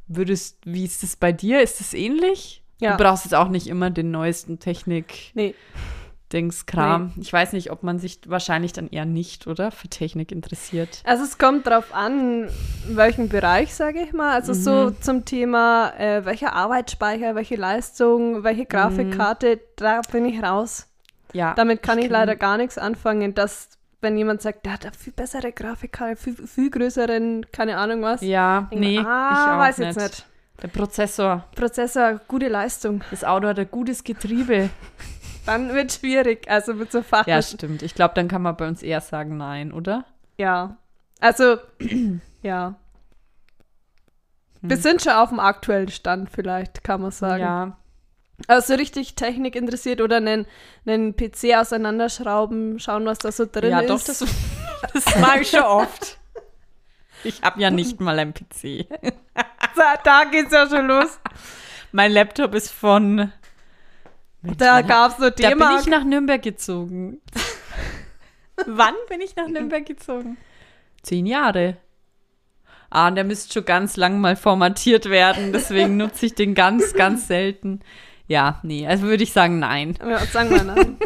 würdest, wie ist das bei dir? Ist das ähnlich? Ja. Du brauchst jetzt auch nicht immer den neuesten Technik-Dings-Kram. Nee. Ich weiß nicht, ob man sich wahrscheinlich dann eher nicht, oder? Für Technik interessiert. Also es kommt drauf an, in welchem Bereich, sage ich mal. Also so zum Thema, äh, welcher Arbeitsspeicher, welche Leistung, welche Grafikkarte, da bin ich raus. Ja. Damit kann ich leider gar nichts anfangen, dass wenn jemand sagt, der hat eine viel bessere Grafikkarte, viel, viel größeren, keine Ahnung was. Ja, Denk mir, nee, ich ah, auch weiß nicht. jetzt nicht. Der Prozessor, Prozessor, gute Leistung. das Auto hat ein gutes Getriebe. Dann wird schwierig, also mit so Fach. *laughs* ja, stimmt. Ich glaube, dann kann man bei uns eher sagen nein, oder? Ja. *clears throat* Also, ja. Wir sind schon auf dem aktuellen Stand, vielleicht, kann man sagen. Hm. Ja. Also so richtig Technik interessiert oder einen, einen PC auseinanderschrauben, schauen, was da so drin ja, ist. doch, das, *laughs* das mache ich schon oft. Ich habe ja nicht mal einen PC. *laughs* da, da geht's ja schon *laughs* los. Mein Laptop ist von. Da gab's so Da bin Thema. ich nach *laughs* Nürnberg gezogen. Wann bin ich nach Nürnberg gezogen? Zehn Jahre. Ah, und der müsste schon ganz lang mal formatiert werden, deswegen nutze ich den ganz, ganz selten. Ja, nee, also würde ich sagen, nein. Ja, sagen wir *laughs* nein.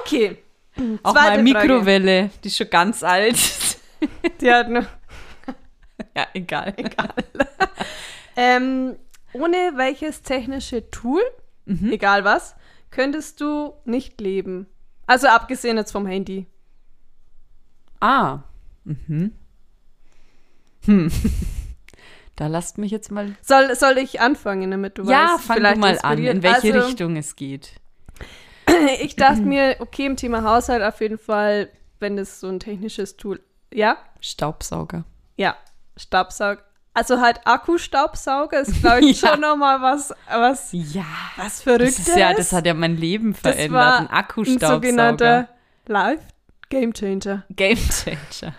Okay. Auch Zweite mal Frage. Mikrowelle, die ist schon ganz alt. ist. *laughs* Die hat noch, ja, egal. egal. ähm, ohne welches technische Tool, Mhm. egal was, könntest du nicht leben? Also abgesehen jetzt vom Handy. Ah. Mhm. Hm. Da lasst mich jetzt mal. Soll, soll ich anfangen, damit du ja, weißt? fang du vielleicht mal an, inspiriert. in welche also, Richtung es geht. *clears throat* Ich dachte mir, okay, im Thema Haushalt auf jeden Fall, wenn das so ein technisches Tool. Ja? Staubsauger. Ja, Staubsauger. Also halt Akkustaubsauger ist, *laughs* glaube ich, Ja. schon nochmal was, was, Ja. was Verrücktes. Das, ist ja, das hat ja mein Leben Das verändert. war ein Ein Akkustaubsauger. sogenannter Live-Game-Changer. Game Changer.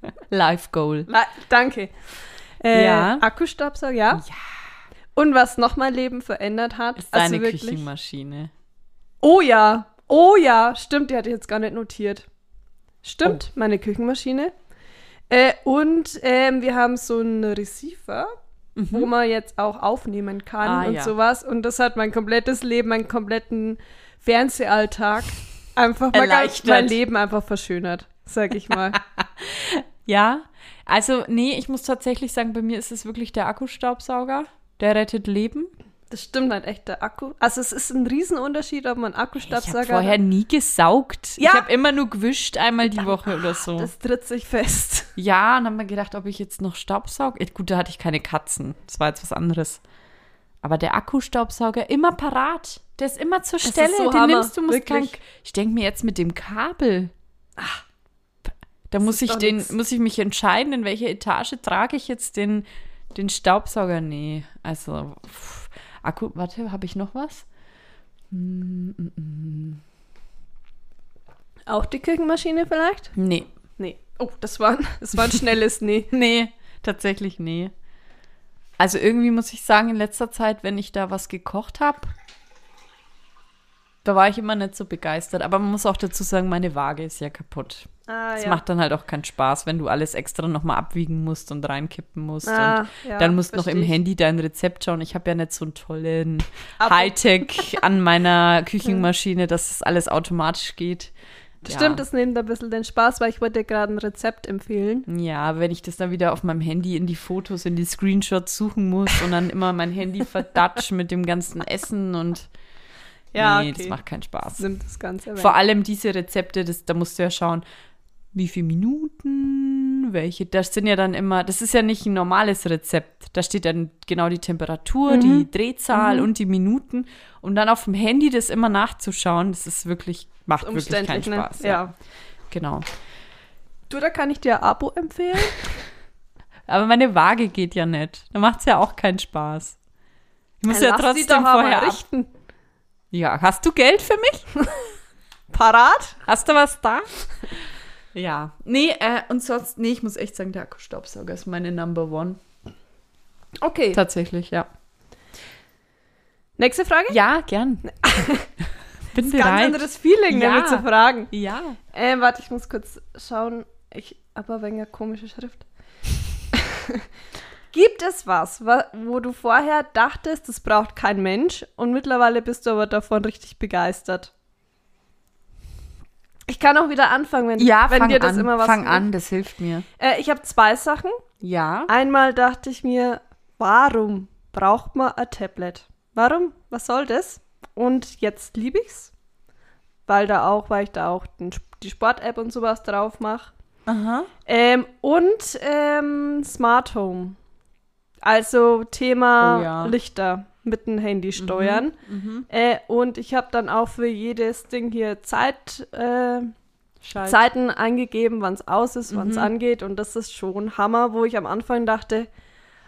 *laughs* Life Goal. Li Danke. Äh, Ja. Akkustaubsauger, ja. Und was noch mein Leben verändert hat, Ist also deine wirklich. Küchenmaschine. Oh ja, oh ja, stimmt, die hatte ich jetzt gar nicht notiert. Oh. Stimmt, meine Küchenmaschine. Äh, und ähm, wir haben so einen Receiver, wo man jetzt auch aufnehmen kann Mhm. Ah, und ja. sowas. Und das hat mein komplettes Leben, meinen kompletten *laughs* Fernsehalltag einfach mal ganz, Erleichtert. mein Leben einfach verschönert, sag ich mal. Ja, also nee, ich muss tatsächlich sagen, bei mir ist es wirklich der Akkustaubsauger. Der rettet Leben. das stimmt halt echt, der Akku. Also es ist ein Riesenunterschied, ob man Ich habe Akkustaubsauger vorher nie gesaugt. Ja. Ich habe immer nur gewischt, einmal die Woche oder so. das tritt sich fest. Ja, und haben wir gedacht, ob ich jetzt noch Staubsaug. Eh, Gut, da hatte ich keine Katzen. Das war jetzt was anderes. Aber der Akkustaubsauger immer parat. Der ist immer zur Stelle. ist so Den Hammer, nimmst du musst kein, wirklich. Ah, Ich denke mir jetzt mit dem Kabel. Da muss ist ich doch den, nix. muss ich mich entscheiden, in welche Etage trage ich jetzt den, den Staubsauger? Nee. Also, pff. Akku, warte, habe ich noch was? Auch die Küchenmaschine vielleicht? Nee. Nee. Oh, das war, das war ein schnelles Nee. *laughs* Nee, tatsächlich nee. Also irgendwie muss ich sagen, in letzter Zeit, wenn ich da was gekocht habe, da war ich immer nicht so begeistert. Aber man muss auch dazu sagen, meine Waage ist ja kaputt. Ah, Es macht dann halt auch keinen Spaß, wenn du alles extra nochmal abwiegen musst und reinkippen musst. Ah, und ja, dann musst noch im versteh ich. Handy dein Rezept schauen. Ich habe ja nicht so einen tollen Abo. Hightech *laughs* an meiner Küchenmaschine, dass das alles automatisch geht. Stimmt, das nimmt ein bisschen den Spaß, weil ich wollte dir gerade ein Rezept empfehlen. Ja, wenn ich das dann wieder auf meinem Handy in die Fotos, in die Screenshots suchen muss und dann immer mein Handy verdatsch mit dem ganzen Essen und nee, das macht keinen Das Spaß. nimmt das Ganze weg. Vor allem diese Rezepte, das, da musst du ja schauen, wie viele Minuten, welche, das sind ja dann immer, das ist ja nicht ein normales Rezept. Da steht dann genau die Temperatur, Mhm. die Drehzahl und die Minuten. Und dann auf dem Handy das immer nachzuschauen, das ist wirklich, macht wirklich keinen Umständlich, ne? Spaß. ja. Genau. Du, da kann ich dir ein Abo empfehlen. Aber meine Waage geht ja nicht. Da macht es ja auch keinen Spaß. Ich *laughs* muss ja Lass die trotzdem doch aber vorher ab. richten. Ja, hast du Geld für mich? Parat? Hast du was da? *laughs* ja. Nee, äh, und sonst, nee, ich muss echt sagen, der Akkustaubsauger ist meine Number One. Okay. Tatsächlich, ja. Nächste Frage? Ja, *laughs* gern. Bin Ganz bereit. anderes Feeling, Ja. nämlich zu fragen. Ja. Ähm, warte, ich muss kurz schauen. Ich habe aber eine komische Schrift. *laughs* Gibt es was, wa- wo du vorher dachtest, das braucht kein Mensch und mittlerweile bist du aber davon richtig begeistert? Ich kann auch wieder anfangen, wenn, Ja, wenn fang dir das an. immer was fang an, das hilft mir. Äh, ich habe zwei Sachen. Ja. Einmal dachte ich mir, warum braucht man ein Tablet? Warum? Was soll das? Und jetzt liebe ich's, weil da auch, weil ich da auch den, die Sport-App und sowas drauf mache. Aha. Ähm, und ähm, Smart Home. Also Thema Oh ja. Mhm, Lichter mit dem Handy steuern. Äh, und ich habe dann auch für jedes Ding hier Zeit, äh, Scheiße. Zeiten eingegeben, wann es aus ist, Mhm. wann es angeht. Und das ist schon Hammer, wo ich am Anfang dachte,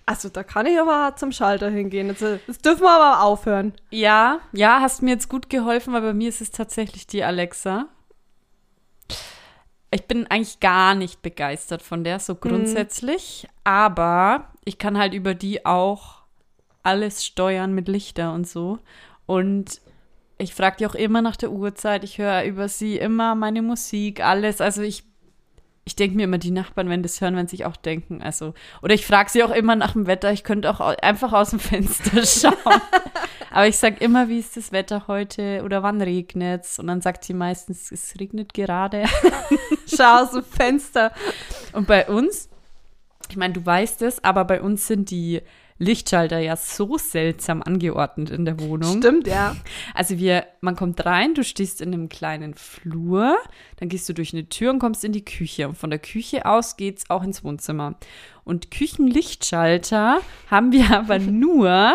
also da kann ich aber zum Schalter hingehen. Jetzt, äh, Das dürfen wir aber aufhören. Ja, ja, hast mir jetzt gut geholfen, weil bei mir ist es tatsächlich die Alexa. Ich bin eigentlich gar nicht begeistert von der, so grundsätzlich, aber ich kann halt über die auch alles steuern mit Lichter und so. Und ich frage die auch immer nach der Uhrzeit, ich höre über sie immer meine Musik, alles. Also ich, ich denke mir immer, die Nachbarn werden das hören, wenn sie sich auch denken. Also, oder ich frage sie auch immer nach dem Wetter, ich könnte auch au- einfach aus dem *laughs* Fenster schauen. Aber ich sag immer, wie ist das Wetter heute oder wann regnet's? Und dann sagt sie meistens, es regnet gerade. *laughs* Schau aus dem Fenster. Und bei uns, ich meine, du weißt es, aber bei uns sind die Lichtschalter ja so seltsam angeordnet in der Wohnung. Stimmt, ja. Also wir, man kommt rein, du stehst in einem kleinen Flur, dann gehst du durch eine Tür und kommst in die Küche. Und von der Küche aus geht's auch ins Wohnzimmer. Und Küchenlichtschalter haben wir *laughs* aber nur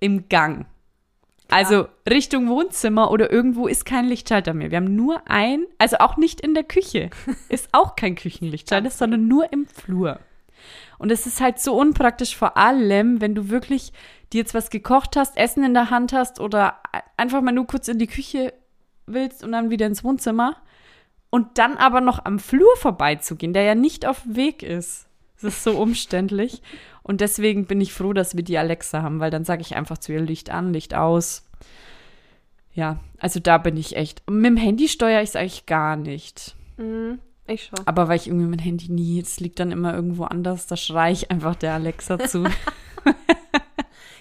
im Gang. Also Richtung Wohnzimmer oder irgendwo ist kein Lichtschalter mehr. Wir haben nur ein, also auch nicht in der Küche ist auch kein Küchenlichtschalter, sondern nur im Flur. Und es ist halt so unpraktisch, vor allem, wenn du wirklich dir jetzt was gekocht hast, Essen in der Hand hast oder einfach mal nur kurz in die Küche willst und dann wieder ins Wohnzimmer. Und dann aber noch am Flur vorbeizugehen, der ja nicht auf dem Weg ist. Es ist so umständlich. Und deswegen bin ich froh, dass wir die Alexa haben, weil dann sage ich einfach zu ihr Licht an, Licht aus. Ja, also da bin ich echt. Und mit dem Handy steuere ich es eigentlich gar nicht. Mhm, Ich schau. Aber weil ich irgendwie mein Handy nie, es liegt dann immer irgendwo anders, da schrei ich einfach der *laughs* Alexa zu.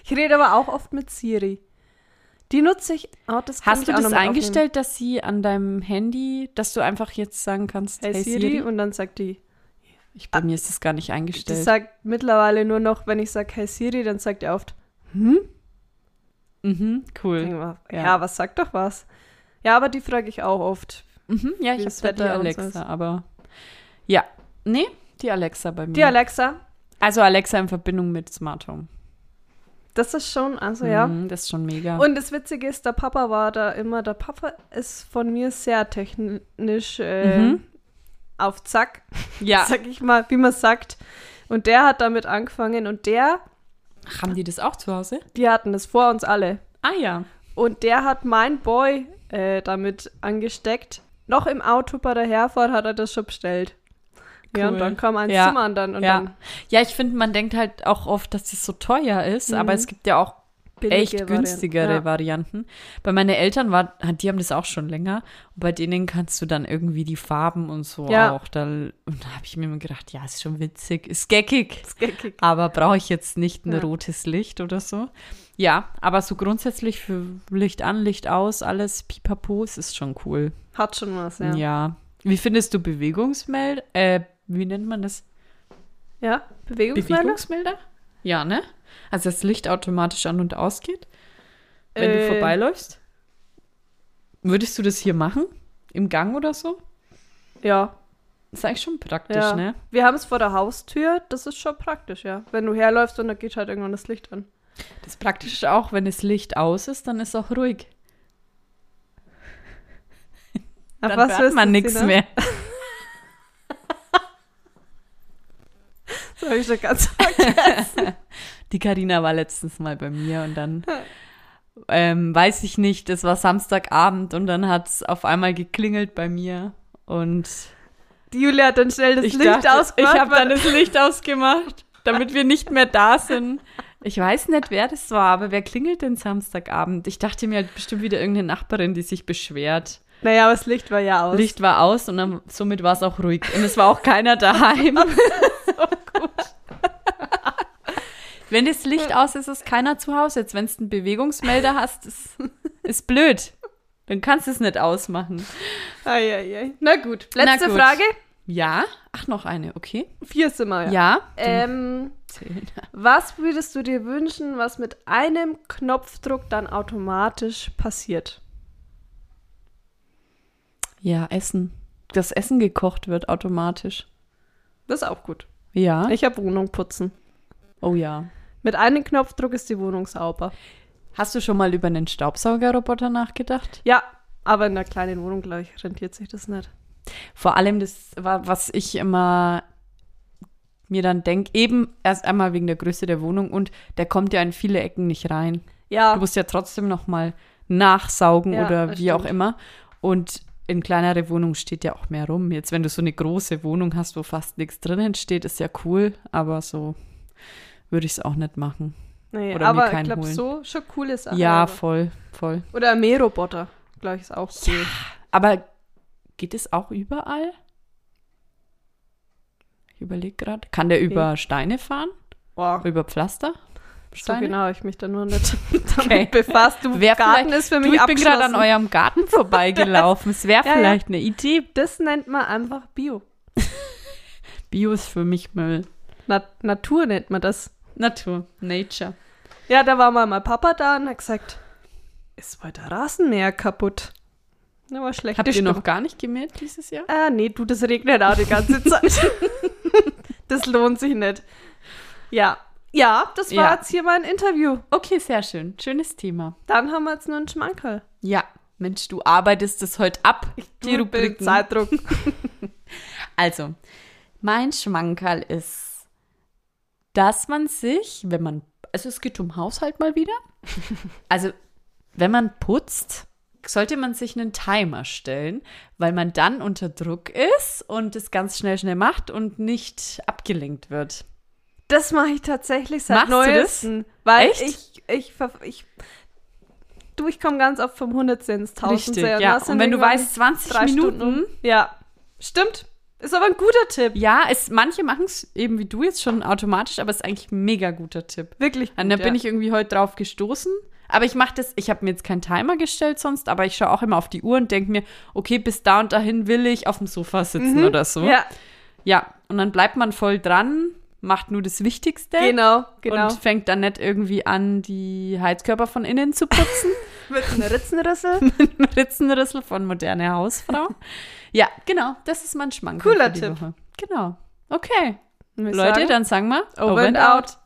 Ich rede aber auch oft mit Siri. Die nutze ich. Oh, das kann Hast ich du auch noch das mit eingestellt, dass sie an deinem Handy, dass du einfach jetzt sagen kannst, Aufnehmen. Hey, Siri, und dann sagt die. Ich, bei mir ist das gar nicht Die eingestellt. sagt mittlerweile nur noch, wenn ich sage Hey Siri, dann sagt die oft. Hm? mhm, denk cool. mal, Ja. Ja, was sagt doch was. Ja, aber die frage ich auch oft. Mhm, ja, Wie ich das habe die Wetter und so Alexa, ist. aber ja, nee, die Alexa bei mir. Die Alexa, also Alexa in Verbindung mit Smart Home. das ist schon, also ja. Mhm, das ist schon mega. Und das Witzige ist, der Papa war da immer, der Papa ist von mir sehr technisch äh, Mhm. auf Zack, ja, sag ich mal, wie man sagt. Und der hat damit angefangen und der, Ach, haben die das auch zu Hause? die hatten das vor uns alle. Ah ja. Und der hat mein Boy äh, damit angesteckt. Noch im Auto bei der Herfahrt hat er das schon bestellt. Ja, Cool. und dann kam eins Ja. zum anderen und Ja. dann ja, ich finde, man denkt halt auch oft, dass das so teuer ist, Mhm. aber es gibt ja auch billige echt Varianten. günstigere Ja. Varianten. Bei meinen Eltern war, die haben das auch schon länger. Und bei denen kannst du dann irgendwie die Farben und so Ja. auch. Da, und da habe ich mir immer gedacht, ja, ist schon witzig, ist geckig. Ist geckig. Aber brauche ich jetzt nicht ein Ja. rotes Licht oder so. Ja, aber so grundsätzlich für Licht an, Licht aus, alles pipapo, es ist schon cool. Hat schon was, Ja. ja. Wie findest du Bewegungsmelder? Äh, wie nennt man das? Ja, Bewegungsmelder? Bewegungsmelder? Ja, ne? Also das Licht automatisch an und ausgeht, wenn du Äh. vorbeiläufst. Würdest du das hier machen? Im Gang oder so? Ja, Das ist eigentlich schon praktisch, ja. ne? Wir haben es vor der Haustür, das ist schon praktisch, ja. Wenn du herläufst und dann geht halt irgendwann das Licht an. Das ist praktisch auch, wenn das Licht aus ist, dann ist auch ruhig. Ach, dann willst hört du, ne? man nichts Sina? mehr. Das hab ich schon ganz Die Karina war letztens mal bei mir und dann *laughs* ähm, weiß ich nicht, es war Samstagabend und dann hat es auf einmal geklingelt bei mir und Die Julia hat dann schnell das ich Licht dachte, ausgemacht. Ich habe weil- dann das Licht ausgemacht, damit wir nicht mehr da sind. Ich weiß nicht, wer das war, aber wer klingelt denn Samstagabend? Ich dachte mir halt bestimmt wieder irgendeine Nachbarin, die sich beschwert. Naja, aber das Licht war ja aus. Licht war aus und dann, somit war es auch ruhig. Und es war auch keiner *laughs* daheim. Wenn das Licht aus ist, ist keiner zu Hause. Jetzt, wenn du einen Bewegungsmelder hast, ist, ist blöd. Dann kannst du es nicht ausmachen. Eieiei. Na gut, Na letzte gut. Frage. Ja? Ach, noch eine, okay. Vier sind wir ja. Ja. Ähm, was würdest du dir wünschen, was mit einem Knopfdruck dann automatisch passiert? Ja, Essen. Dass Essen gekocht wird automatisch. Das ist auch gut. Ja. Ich habe Wohnung putzen. Oh ja. Mit einem Knopfdruck ist die Wohnung sauber. Hast du schon mal über einen Staubsaugerroboter nachgedacht? Ja, aber in einer kleinen Wohnung, glaube ich, rentiert sich das nicht. Vor allem das, wa- was ich immer mir dann denke, eben erst einmal wegen der Größe der Wohnung und der kommt ja in viele Ecken nicht rein. Ja, Du musst ja trotzdem noch mal nachsaugen Ja, oder das wie auch stimmt. immer. Und in kleinere Wohnungen steht ja auch mehr rum. Jetzt, wenn du so eine große Wohnung hast, wo fast nichts drinnen steht, ist ja cool, aber so würde ich es auch nicht machen. nee, oder mir aber ich keinen glaube, holen. so schon coole Sachen. ja, aber- voll, voll. Oder ein Mähroboter, glaube ich, ist auch cool. Aber geht es auch überall? Ich überlege gerade. Kann der über Steine fahren? Boah, Über Pflaster? so genau habe ich mich da nur nicht *laughs* Okay. damit befasst. Du, Wer Garten vielleicht- ist für Du, mich ich bin gerade an abgeschlossen. eurem Garten vorbeigelaufen. Es *laughs* wäre Ja, ja. vielleicht eine Idee. Das nennt man einfach Bio. Bio ist für mich Müll. Na Natur nennt man das. Natur, Nature. Ja, da war mal mein Papa da und hat gesagt, ist wohl der Rasenmäher kaputt. Na, war schlecht. Habt ihr noch gar nicht gemäht dieses Jahr? Ah, nee, du, das regnet auch die *laughs* ganze Zeit. das lohnt sich nicht. Ja. Ja, das war Ja. jetzt hier mein Interview. Okay, sehr schön. Schönes Thema. Dann haben wir jetzt nur einen Schmankerl. Ja, Mensch, du arbeitest das heute ab. die Du, Rubriken. Zeitdruck. Also, mein Schmankerl ist, dass man sich, wenn man, also es geht um Haushalt mal wieder, also wenn man putzt, sollte man sich einen Timer stellen, weil man dann unter Druck ist und es ganz schnell schnell macht und nicht abgelenkt wird. Das mache ich tatsächlich seit Machst du das? Neuestem. Weil Echt? ich, ich, ver- ich, du, ich komme ganz oft vom Hundertsten ins Tausendste. Richtig, da ja. sind Und wenn du irgendwann weißt, 20 drei Minuten, Stunden. um. Ja, stimmt. Ist aber ein guter Tipp. ja, es, manche machen es eben wie du jetzt schon automatisch, aber es ist eigentlich ein mega guter Tipp. Wirklich gut, Und da ja. bin ich irgendwie heute drauf gestoßen. Aber ich mache das, ich habe mir jetzt keinen Timer gestellt sonst, aber ich schaue auch immer auf die Uhr und denke mir, okay, bis da und dahin will ich auf dem Sofa sitzen oder so. Mhm. Ja, Ja, und dann bleibt man voll dran, macht nur das Wichtigste. genau, genau. Und fängt dann nicht irgendwie an, die Heizkörper von innen zu *laughs* putzen. mit einem Ritzenrüssel. *laughs* Mit Ritzenrüssel von moderne Hausfrau. ja, genau, das ist mein Schmankerl. Cooler für die Tipp. Woche. Genau. Okay. Muss ich Leute, sagen, dann sagen wir Over and out.